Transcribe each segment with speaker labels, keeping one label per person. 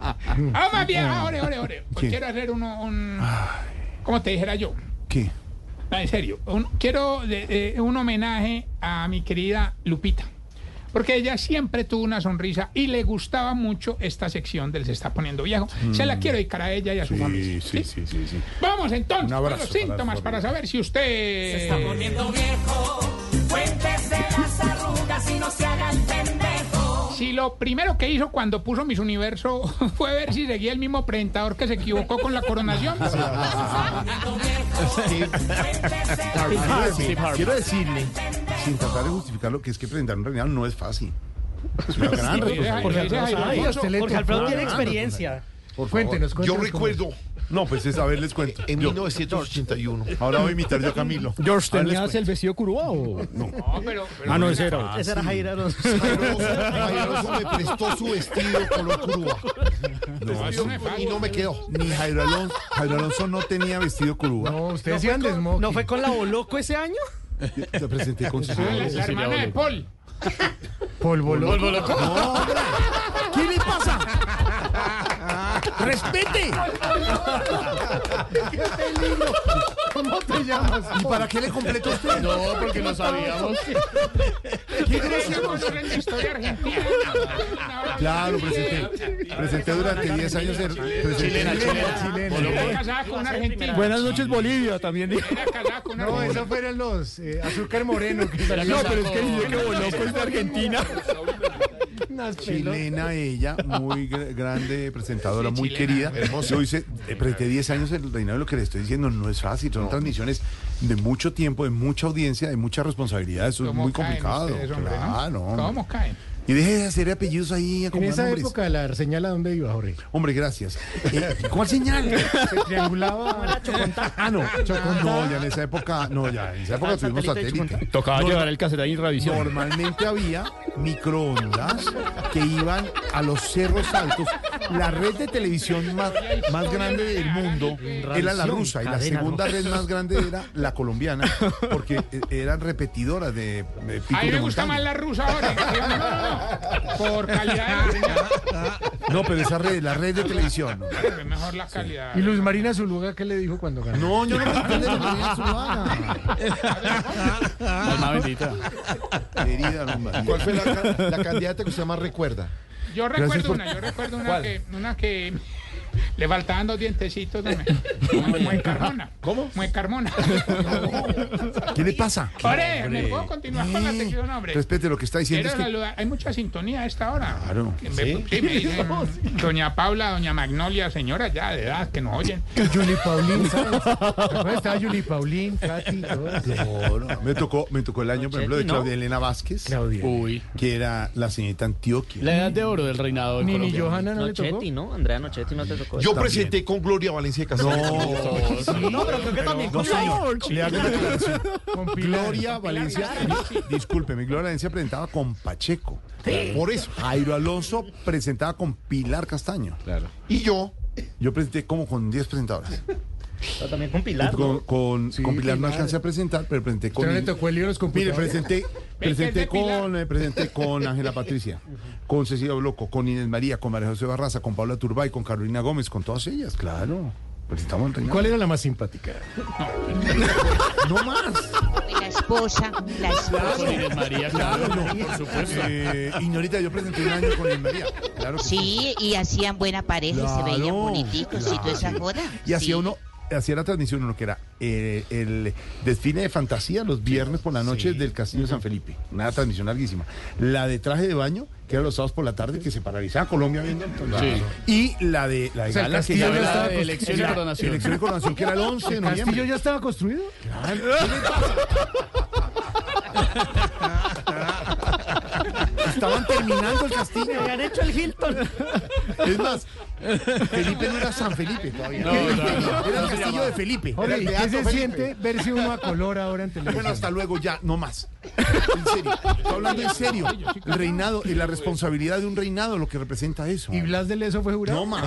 Speaker 1: Ah, más bien, ah, ore, ore, ore. Pues Quiero hacer uno, un... ¿Cómo te dijera yo?
Speaker 2: ¿Qué?
Speaker 1: Ah, en serio, un- quiero de- eh, un homenaje a mi querida Lupita. Porque ella siempre tuvo una sonrisa y le gustaba mucho esta sección del Se está poniendo viejo. Se la quiero dedicar a ella y a su
Speaker 2: Mm. Sí,
Speaker 1: familia.
Speaker 2: sí, sí, sí, sí.
Speaker 1: Vamos entonces
Speaker 2: Un
Speaker 1: a
Speaker 2: abrazo
Speaker 1: los
Speaker 2: para
Speaker 1: síntomas
Speaker 2: la
Speaker 1: para
Speaker 2: familia.
Speaker 1: saber si usted... Si lo primero que hizo cuando puso Mis Universo fue ver si seguía el mismo presentador que se equivocó con la coronación.
Speaker 3: Ah,
Speaker 2: Quiero decir- Quiero decirle, sin tratar de justificar lo que es que presentar un reinado no es fácil. Es una gran responsabilidad.
Speaker 1: Jorge Alfredo,
Speaker 3: Porque Alfredo tiene experiencia.
Speaker 2: Por favor.
Speaker 3: Cuéntenos,
Speaker 2: Yo
Speaker 3: cuéntenos cómo
Speaker 2: recuerdo. No, pues esa vez les cuento.
Speaker 4: En
Speaker 2: Yo-
Speaker 4: 1981.
Speaker 2: ahora voy a imitar yo a Camilo.
Speaker 3: George,
Speaker 2: Ahora les cuento.
Speaker 3: vestido curvado?
Speaker 1: No, pero, pero-
Speaker 3: Ah, no, ese era. Ese era Jair Alonso.
Speaker 4: Jairo Alonso me prestó su vestido color curva
Speaker 2: No, así-
Speaker 1: Yo me pago.
Speaker 4: y no me quedó.
Speaker 2: Ni Jairo Alonso, Jairo Alonso no tenía vestido curva.
Speaker 3: No, ustedes iban de smoking. ¿No fue con la Boloco ese año?
Speaker 2: Te presenté con su.
Speaker 1: Ah, la, la hermana de Paul.
Speaker 3: Polvo Loco.
Speaker 2: No, hombre.
Speaker 3: ¿Qué le pasa? ¡Respete!
Speaker 2: ¿Cómo te llamas? ¿Y para qué le completo usted? No, porque no sabíamos.
Speaker 1: Estamos hablando de historia argentina.
Speaker 2: Claro, presenté. Presenté durante 10 años de chilena,
Speaker 1: Era casada con un argentino.
Speaker 3: Buenas noches, Bolivia, también.
Speaker 1: Era casada con un
Speaker 3: No,
Speaker 1: argentino.
Speaker 3: esos fueron los eh, Azúcar Moreno. que salió. No, pero es que dice que Boloco es de Argentina. Unas pelotas.
Speaker 2: Chilena ella, muy gr- grande presentadora,
Speaker 1: Sí,
Speaker 2: muy
Speaker 1: chilena,
Speaker 2: querida. Yo hice, eh, presenté 10 años el reinado, lo que le estoy diciendo no es fácil, son transmisiones de mucho tiempo, de mucha audiencia, de mucha responsabilidad, eso es
Speaker 1: ¿Cómo
Speaker 2: muy
Speaker 1: caen
Speaker 2: complicado.
Speaker 1: ustedes, hombre, no?
Speaker 2: claro.
Speaker 1: ¿Cómo caen?
Speaker 2: Y deje de hacer apellidos ahí.
Speaker 3: En
Speaker 2: acomodar
Speaker 3: esa
Speaker 2: nombres.
Speaker 3: época, la señala dónde iba, Jorge.
Speaker 2: Hombre, gracias. Eh, ¿Cuál señal?
Speaker 3: Se triangulaba.
Speaker 2: Ah, no. No, ya en esa época, no, ya en esa época tuvimos Ah, satélite.
Speaker 3: Tocaba llevar el cassette ahí en revisión.
Speaker 2: Normalmente había microondas que iban a los cerros altos. La red de televisión más, más grande del mundo era la rusa y la segunda red más grande era la colombiana porque eh, eran repetidoras de, de picos
Speaker 1: A mí
Speaker 2: de
Speaker 1: me gusta más
Speaker 2: montaña.
Speaker 1: la rusa ahora. No, no, no. Por calidad de señal.
Speaker 2: No, pero esa red, la red de televisión.
Speaker 1: Pero es Mejor la calidad.
Speaker 3: ¿Y Luz Marina Zuluga qué le dijo cuando ganó?
Speaker 2: No, yo no me acuerdo de la María bendita. Querida, Lomba.
Speaker 4: ¿Cuál fue la, ca- la candidata que usted más recuerda?
Speaker 1: Yo recuerdo
Speaker 2: por-
Speaker 1: una, yo recuerdo una que, una que le faltaban dos dientecitos. dame. Muy carmona. ¿Cómo? Muy carmona.
Speaker 2: ¿Qué le pasa?
Speaker 1: Ore, ¿me puedo continuar con la sección, hombre?
Speaker 2: Respete lo que está diciendo.
Speaker 1: Quiero
Speaker 2: es que-
Speaker 1: saludar. Hay mucha sintonía a esta hora.
Speaker 2: Claro.
Speaker 1: Que me- ¿Sí? me dicen, doña Paula, doña Magnolia, señora ya de edad que nos oyen.
Speaker 3: Julie Paulín, ¿sabes? ¿Dónde estaba Julie Paulín, Katy, todos?
Speaker 2: No, no, me tocó, me tocó el año, por ejemplo, de Claudia Elena Vázquez,
Speaker 3: Claudia.
Speaker 5: Uy,
Speaker 2: que era la señorita Antioquia.
Speaker 5: la edad de oro del reinado. en
Speaker 3: Nini
Speaker 5: Colombia.
Speaker 3: Johanna no le tocó.
Speaker 6: ¿no? Andrea Nochetti no te tocó.
Speaker 4: Yo presenté con Gloria Valencia Castillo.
Speaker 3: No, pero creo que también con señor.
Speaker 2: Le hago una aclaración.
Speaker 3: Con Pilar.
Speaker 2: Gloria Valencia, discúlpeme, Gloria Valencia presentaba con Pacheco. Por eso, Jairo Alonso presentaba con Pilar Castaño.
Speaker 4: Y yo,
Speaker 2: Yo presenté como con 10 presentadoras.
Speaker 6: También con Pilar.
Speaker 2: Con, con- con Pilar no
Speaker 3: Pilar.
Speaker 2: alcancé a presentar, pero presenté con.
Speaker 3: Usted no le tocó el libro de los
Speaker 2: Mire,
Speaker 3: computadores.
Speaker 2: presenté,
Speaker 1: que es de
Speaker 2: presenté con
Speaker 1: Pilar.
Speaker 2: eh, presenté con Ángela Patricia, con Cecilia Bloco, con Inés María, con María José Barraza, con Paula Turbay, con Carolina Gómez, con todas ellas, claro. Pues Presentamos el reinado.
Speaker 3: ¿Cuál era la más simpática?
Speaker 2: No más.
Speaker 7: La esposa, la esposa.
Speaker 5: Inés María, claro, por supuesto.
Speaker 2: Eh, Ignorita, yo presenté un año con Inés María. Claro que
Speaker 7: Sí, y hacían buena pareja y se veían
Speaker 2: Claro,
Speaker 7: boniticos y toda esa joda.
Speaker 2: Y hacía
Speaker 7: Sí.
Speaker 2: uno, hacía la transmisión uno que era eh, el desfile de fantasía los viernes por la noche del Castillo de San Felipe. Una transmisión larguísima. La de traje de baño, que era los sábados por la tarde, que se paralizaba Colombia viendo.
Speaker 5: Sí.
Speaker 2: Y la de la de
Speaker 3: sea, el
Speaker 2: gala, que
Speaker 3: Castillo
Speaker 2: era
Speaker 3: ya
Speaker 2: la
Speaker 3: estaba
Speaker 2: de
Speaker 3: construido.
Speaker 5: Elección y coronación.
Speaker 2: elección y coronación, que era el 11 de
Speaker 3: ¿Castillo
Speaker 2: noviembre.
Speaker 3: ya estaba construido?
Speaker 2: Estaban terminando el castillo.
Speaker 3: han hecho el Hilton.
Speaker 2: Es más, Felipe no era San Felipe todavía.
Speaker 5: No, no, no.
Speaker 2: Era el
Speaker 5: No se
Speaker 2: castillo
Speaker 5: llamaba.
Speaker 2: de Felipe.
Speaker 3: Jorge,
Speaker 2: Era el
Speaker 3: ¿y ¿qué
Speaker 2: Beato
Speaker 3: se
Speaker 2: Felipe.
Speaker 3: siente verse uno a color ahora en televisión?
Speaker 2: Bueno, hasta luego, ya, no más. En serio, estoy hablando en serio. El reinado y la responsabilidad de un reinado, lo que representa eso.
Speaker 3: ¿Y Blas de Leso fue jurado?
Speaker 2: No más.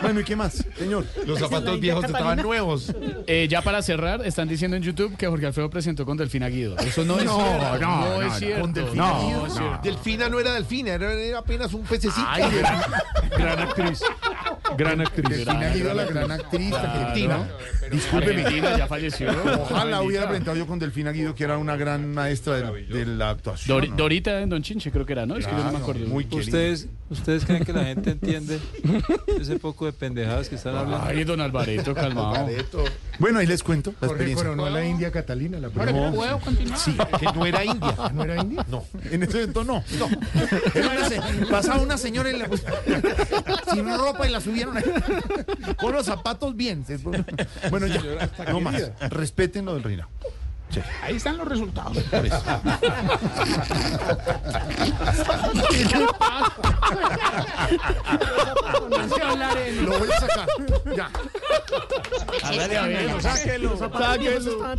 Speaker 2: Bueno, ¿y qué más, señor?
Speaker 4: Los zapatos viejos estaban nuevos.
Speaker 5: Eh, ya para cerrar, están diciendo en YouTube que Jorge Alfredo presentó con Delfina Guido. Eso no, es
Speaker 3: No,
Speaker 5: cierto.
Speaker 3: no, no,
Speaker 5: es
Speaker 3: no.
Speaker 5: cierto.
Speaker 4: Con Delfina
Speaker 5: No,
Speaker 4: Guido.
Speaker 5: es cierto.
Speaker 4: Delfina no era Delfina, era, era apenas un pececito.
Speaker 5: Gran actriz. Gran actriz.
Speaker 2: Delfina Guido, la gran actriz argentina. Discúlpeme.
Speaker 5: Argentina ya falleció.
Speaker 2: Ojalá
Speaker 5: Bendita.
Speaker 2: hubiera presentado yo con Delfina Guido, que era una gran maestra de la, de la actuación.
Speaker 5: Dori-
Speaker 2: ¿no?
Speaker 5: Dorita en Don Chinche, creo que era, ¿no? Es que yo no me
Speaker 2: Claro,
Speaker 5: acuerdo.
Speaker 2: Muy querida.
Speaker 8: ¿Ustedes, ¿Ustedes creen que la gente entiende ese poco de pendejadas que están hablando?
Speaker 5: Ay, don Alvareto, calmado.
Speaker 2: Bueno, ahí les cuento la
Speaker 3: Jorge
Speaker 2: experiencia.
Speaker 3: coronó a la India Catalina, la
Speaker 1: Ahora,
Speaker 3: primera.
Speaker 1: ¿puedo continuar?
Speaker 2: Sí, que no era india.
Speaker 3: ¿No era India?
Speaker 2: Ah, No, en ese momento no. no. Era una se- pasaba una señora y la- sin ropa y la subieron ahí. con los zapatos bien. Se- Bueno, ya, no más. Respeten lo del reinado.
Speaker 1: Ahí están los resultados.
Speaker 2: Lo voy a sacar. Ya,
Speaker 1: este
Speaker 5: Hágale, a ver, sáquelo. Sáquelo.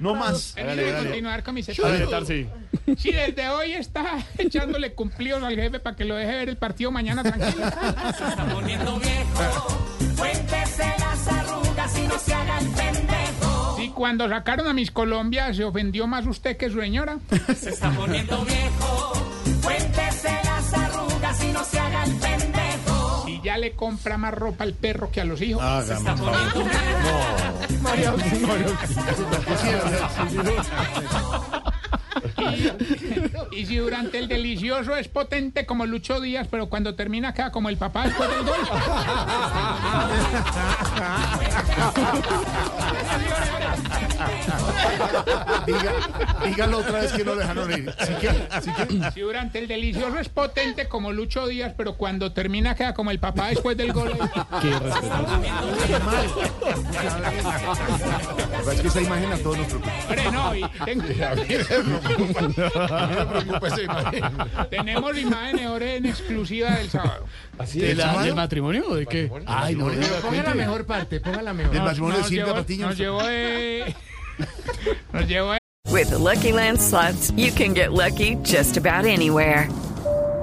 Speaker 2: no más.
Speaker 1: Permítame continuar con mi sección.
Speaker 5: Hágale, Tarsi.
Speaker 1: Si desde hoy está echándole cumplidos al jefe para que lo deje ver el partido mañana tranquilo. Si cuando sacaron a mis Colombia se ofendió más usted que su señora. Si ya le compra más ropa al perro que a los hijos.
Speaker 2: Hágame.
Speaker 1: Y si durante el delicioso es potente como Lucho Díaz, pero cuando termina queda como el papá después del gol.
Speaker 2: Diga- dígalo otra vez que no lo dejaron ir. Si quiere, si quiere.
Speaker 1: Si durante el delicioso es potente como Lucho Díaz, pero cuando termina queda como el papá después del gol.
Speaker 5: Qué respeto.
Speaker 2: La verdad es que esa imagen a todos nos preocupa.
Speaker 1: Hombre, no, y tengo- tenemos imágenes ahora en exclusiva del sábado.
Speaker 5: ¿De la-
Speaker 2: sábado?
Speaker 5: ¿Del matrimonio o de qué? Ay, no.
Speaker 3: Ponga la mejor parte, ponga la mejor.
Speaker 2: Del matrimonio de
Speaker 1: Nos
Speaker 2: Silvia
Speaker 1: llevó,
Speaker 2: Patiño.
Speaker 1: nos llevó de... Nos llevó de...
Speaker 9: With the Lucky Land slots, you can get lucky just about anywhere.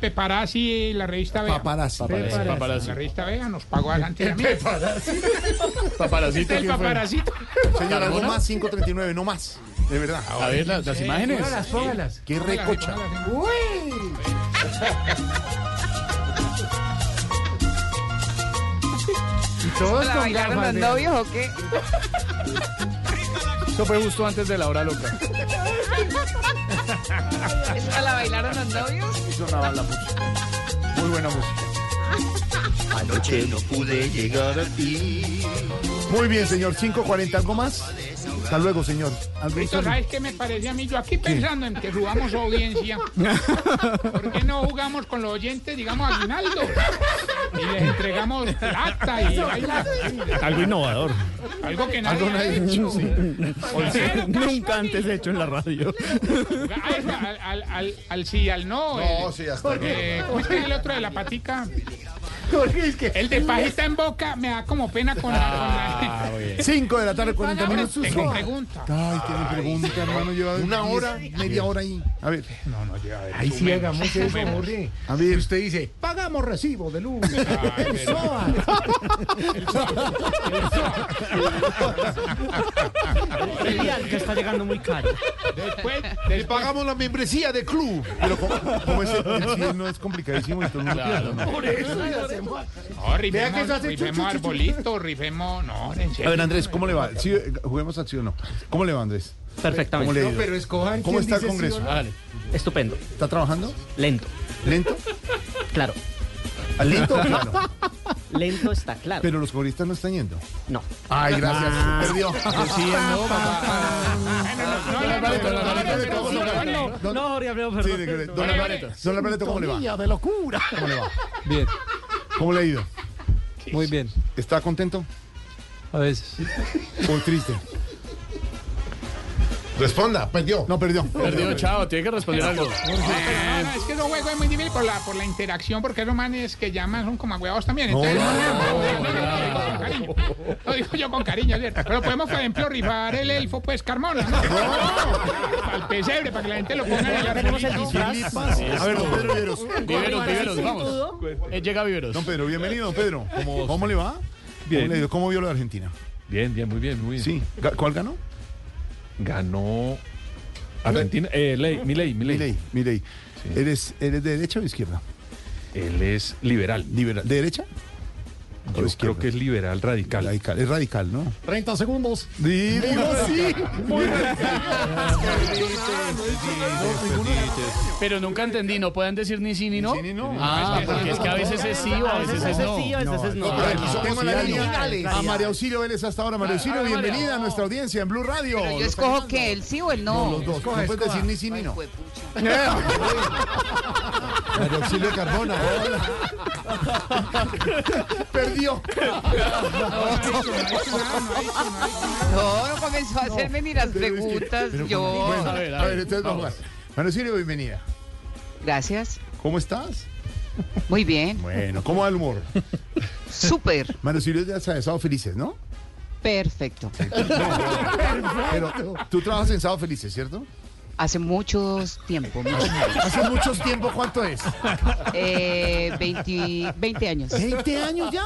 Speaker 1: Paparazzi, la revista Vea.
Speaker 2: Paparazzi.
Speaker 5: Paparazzi. Paparazzi.
Speaker 1: La revista Vea nos pagó a Santi y a mí.
Speaker 5: Paparacito.
Speaker 1: El
Speaker 5: ¿quién fue?
Speaker 1: paparazito.
Speaker 2: Señor, algo
Speaker 5: ¿Carmona?
Speaker 2: más, 539, no más. De verdad.
Speaker 3: Ah,
Speaker 5: A ver, la- las imágenes.
Speaker 3: Póngalas, póngalas.
Speaker 2: Qué recocha.
Speaker 3: Y todos con gafas. de-
Speaker 5: Esto fue justo antes de la hora loca.
Speaker 2: Sonaba la música. Muy buena música.
Speaker 4: Anoche no pude llegar a ti.
Speaker 2: Muy bien, señor. 540, ¿algo más? Hasta luego, señor. ¿Algo
Speaker 1: Esto,
Speaker 2: más?
Speaker 1: ¿Sabes qué me parece a mí? Yo aquí pensando en que subamos audiencia. ¿Por qué no jugamos con los oyentes, digamos, aguinaldo? Y les entregamos plata y vaina.
Speaker 5: Algo innovador.
Speaker 1: algo que nadie ha hecho. Nunca antes hecho en la radio. Ah, Al, al, al, al sí, al no.
Speaker 2: No,
Speaker 1: el-
Speaker 2: sí, hasta
Speaker 1: eh, ¿Cómo es que el otro de la patica?
Speaker 3: Jorge, es que...
Speaker 1: El de pajita en boca me da como pena con la... con la-
Speaker 2: 5 de la tarde, 40
Speaker 1: Ahora
Speaker 2: minutos.
Speaker 1: tengo pregunta.
Speaker 2: Ay, qué me pregunta, hermano. Lleva una hora, media hora ahí. A ver,
Speaker 3: Ahí sí hagamos eso, Jorge.
Speaker 2: a ver.
Speaker 3: Usted dice, pagamos recibo de luz.
Speaker 1: Ay, pero-
Speaker 3: Soa.
Speaker 2: ah.
Speaker 1: Después,
Speaker 4: Le pagamos la membresía de club.
Speaker 2: Pero como, como ese, el sí no es complicadísimo y todo el mundo
Speaker 5: Claro.
Speaker 2: piensa, ¿no?
Speaker 1: No,
Speaker 2: Vea que se
Speaker 1: rifemos,
Speaker 2: hace
Speaker 1: rifemos
Speaker 2: chu, chu, chu, chu.
Speaker 1: arbolito, rifemos. No, en serio.
Speaker 2: A ver, Andrés, ¿cómo le va? Sí, eh, juguemos al sí o no. ¿Cómo le va, Andrés? Perfectamente. ¿Cómo, le ha
Speaker 3: No,
Speaker 2: ido?
Speaker 3: pero escojan
Speaker 2: ¿Cómo
Speaker 3: quién
Speaker 2: está el
Speaker 3: dice sí
Speaker 2: Congreso?
Speaker 3: o no.
Speaker 5: Dale.
Speaker 10: Estupendo,
Speaker 2: ¿Está trabajando?
Speaker 10: lento,
Speaker 2: ¿Lento?
Speaker 10: claro,
Speaker 2: ¿Lento o claro?
Speaker 10: Lento está claro.
Speaker 2: Pero los coristas no están yendo.
Speaker 10: No.
Speaker 2: Ay, gracias.
Speaker 10: Ah.
Speaker 2: Perdió.
Speaker 10: Deciendo, papá.
Speaker 2: Don-
Speaker 10: No, Jorge Alfredo,
Speaker 2: Sí,
Speaker 10: perdón.
Speaker 2: de- de- Don
Speaker 10: Jorge
Speaker 2: Alvareto. Don Alvareto, ¿cómo le va?
Speaker 10: Sintonía de locura.
Speaker 2: ¿Cómo le va?
Speaker 8: Bien.
Speaker 2: ¿Cómo le ha ido?
Speaker 8: Muy bien.
Speaker 2: ¿Está contento?
Speaker 8: A veces.
Speaker 2: ¿O triste? Responda, perdió. No, perdió.
Speaker 5: Perdió, chao, tiene que responder algo.
Speaker 1: No, no, es que ese juego es muy difícil por la, por la interacción, porque esos manes que llaman son como huevos también.
Speaker 5: No,
Speaker 1: Entonces,
Speaker 5: no,
Speaker 1: Lo digo yo con cariño, ¿cierto? Pero podemos, por ejemplo, rifar el elfo, pues, Carmona, ¿no? Al pesebre, para que la gente lo ponga en el arbolito.
Speaker 2: A ver, don Pedro Viveros.
Speaker 5: Viveros, Viveros, vamos. Eh, llega Viveros.
Speaker 2: Don Pedro, bienvenido, don Pedro. ¿Cómo,
Speaker 8: vos.
Speaker 2: cómo le va?
Speaker 8: Bien.
Speaker 2: ¿Cómo, le ha ido? ¿Cómo vio lo de Argentina?
Speaker 8: Bien, bien, muy bien, muy bien.
Speaker 2: Sí. Ga- ¿Cuál ganó?
Speaker 8: Ganó Argentina. Eh, ley, Milei, Milei.
Speaker 2: Milei, Milei. ¿Eres, ¿Eres de derecha o de izquierda?
Speaker 8: Él es liberal.
Speaker 2: Liberal. ¿De derecha?
Speaker 8: Yo creo que es liberal radical.
Speaker 2: Radical. Es radical, ¿no?
Speaker 3: 30 segundos.
Speaker 2: Digo, sí.
Speaker 5: Pero nunca entendí, no pueden decir ni sí ni no.
Speaker 2: no.
Speaker 5: Ah, porque es que a veces es sí o a veces es no.
Speaker 2: No, pero aquí
Speaker 5: Ah,
Speaker 2: somos
Speaker 5: sí,
Speaker 2: la
Speaker 5: no.
Speaker 2: línea
Speaker 7: Dale.
Speaker 2: a María Auxilio Vélez hasta ahora. María Auxilio,
Speaker 7: María.
Speaker 2: bienvenida a nuestra audiencia en Blue Radio.
Speaker 7: Pero yo
Speaker 2: Los
Speaker 7: escojo que el sí o el no. pues.
Speaker 2: los dos. No puedes decir ni sí ni no.
Speaker 7: Ay,
Speaker 2: María Auxilio Cardona. hola. Perdió.
Speaker 7: No, no comenzó a hacerme ni las
Speaker 2: Pero es que-
Speaker 7: preguntas.
Speaker 2: pero
Speaker 7: Yo.
Speaker 2: bueno, a ver, a ver, entonces vamos a jugar. María Auxilio, bienvenida.
Speaker 7: Gracias.
Speaker 2: ¿Cómo estás?
Speaker 7: Muy bien.
Speaker 2: Bueno, ¿cómo va el humor?
Speaker 7: Súper.
Speaker 2: María Auxilio ya se ha estado felices, ¿no?
Speaker 7: Perfecto.
Speaker 2: Pero tú trabajas en Sábado Felices, ¿cierto?
Speaker 7: Hace muchos tiempo. muchos años.
Speaker 2: Hace mucho tiempo, ¿cuánto es?
Speaker 7: Eh, 20, 20 años.
Speaker 2: ¿20 años ya?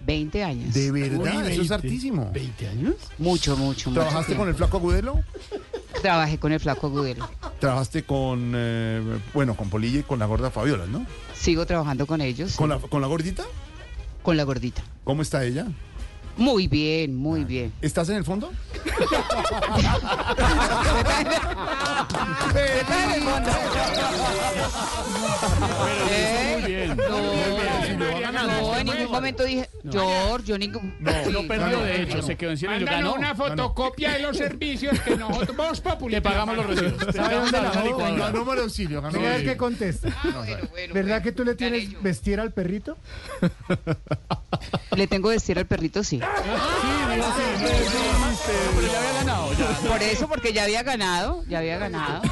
Speaker 7: 20 años.
Speaker 2: De verdad,
Speaker 7: Uy,
Speaker 2: eso es hartísimo.
Speaker 3: ¿20 años?
Speaker 7: Mucho, mucho, mucho.
Speaker 2: ¿Trabajaste con el Flaco Agudelo?
Speaker 7: tiempo. Trabajé con el flaco Agudelo.
Speaker 2: Trabajaste con, eh, bueno, con Polilla y con la gorda Fabiola, ¿no?
Speaker 7: Sigo trabajando con ellos.
Speaker 2: ¿Con la, ¿Con la gordita?
Speaker 7: Con la gordita.
Speaker 2: ¿Cómo está ella?
Speaker 7: Muy bien, muy bien.
Speaker 2: ¿Estás en el fondo?
Speaker 5: Muy bien.
Speaker 7: Eh, No, en ningún momento dije, George, yo ningún. Sí.
Speaker 5: No perdió, de hecho, se quedó en silencio.
Speaker 1: Mándanos
Speaker 5: Ganó.
Speaker 1: una fotocopia de los servicios que nosotros vamos Populi.
Speaker 5: Le pagamos los recibos. Te pagamos la hoja licuadora.
Speaker 2: Ganó María Auxilio, ganó.
Speaker 3: Mira que contesta. ¿Verdad que tú le tienes vestir al perrito?
Speaker 7: Le tengo que decir al perrito sí.
Speaker 5: Ah, Pero ya había ganado. ya.
Speaker 7: Por eso, porque ya había ganado, ya había ganado.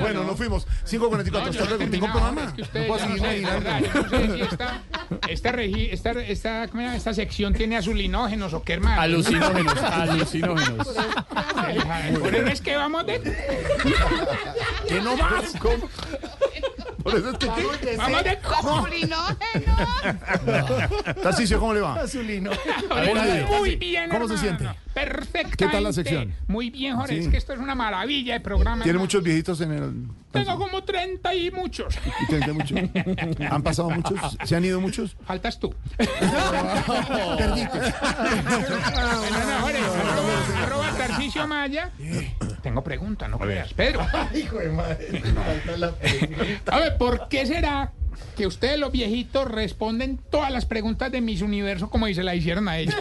Speaker 2: Bueno, nos fuimos. 5.44, hasta luego. Tengo
Speaker 1: No, es
Speaker 2: programa.
Speaker 1: que
Speaker 2: No
Speaker 1: ustedes,
Speaker 2: puedo
Speaker 1: yo no
Speaker 2: seguir
Speaker 1: sé, de verdad,
Speaker 2: adivinando.
Speaker 1: yo no sé si esta, esta, regi- esta, esta, ¿cómo se llama? esta sección tiene azulinógenos o qué, hermano.
Speaker 5: Alucinógenos, alucinógenos.
Speaker 1: Por eso es que vamos de...
Speaker 2: ¿Qué no más? ¿Cómo? Por eso es que...
Speaker 1: Vamos de...
Speaker 2: Tarcisio, ¿cómo le va?
Speaker 1: Muy bien,
Speaker 2: ¿Cómo se
Speaker 1: hermano.
Speaker 2: siente?
Speaker 1: Perfectamente.
Speaker 2: ¿Qué tal la sección?
Speaker 1: Muy bien, Jorge.
Speaker 2: Sí.
Speaker 1: Es que esto es una maravilla de programa.
Speaker 2: Tiene
Speaker 1: hermano.
Speaker 2: muchos viejitos en el...
Speaker 1: Tengo como 30 y muchos.
Speaker 2: Tiene mucho. ¿Han pasado muchos? ¿Se han ido muchos?
Speaker 1: Faltas tú.
Speaker 2: Perdiste.
Speaker 1: No, no, Jorge, arroba, arroba Tarcisio Maya. Tengo pregunta, no creas. Pedro.
Speaker 3: Hijo de madre. falta la pregunta.
Speaker 1: A ver, ¿por qué será que ustedes los viejitos responden todas las preguntas de Miss Universo como se la hicieron a ella?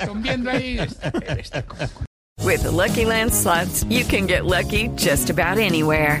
Speaker 1: Están viendo ahí. este- este como-
Speaker 9: With the Lucky Land slots, you can get lucky just about anywhere.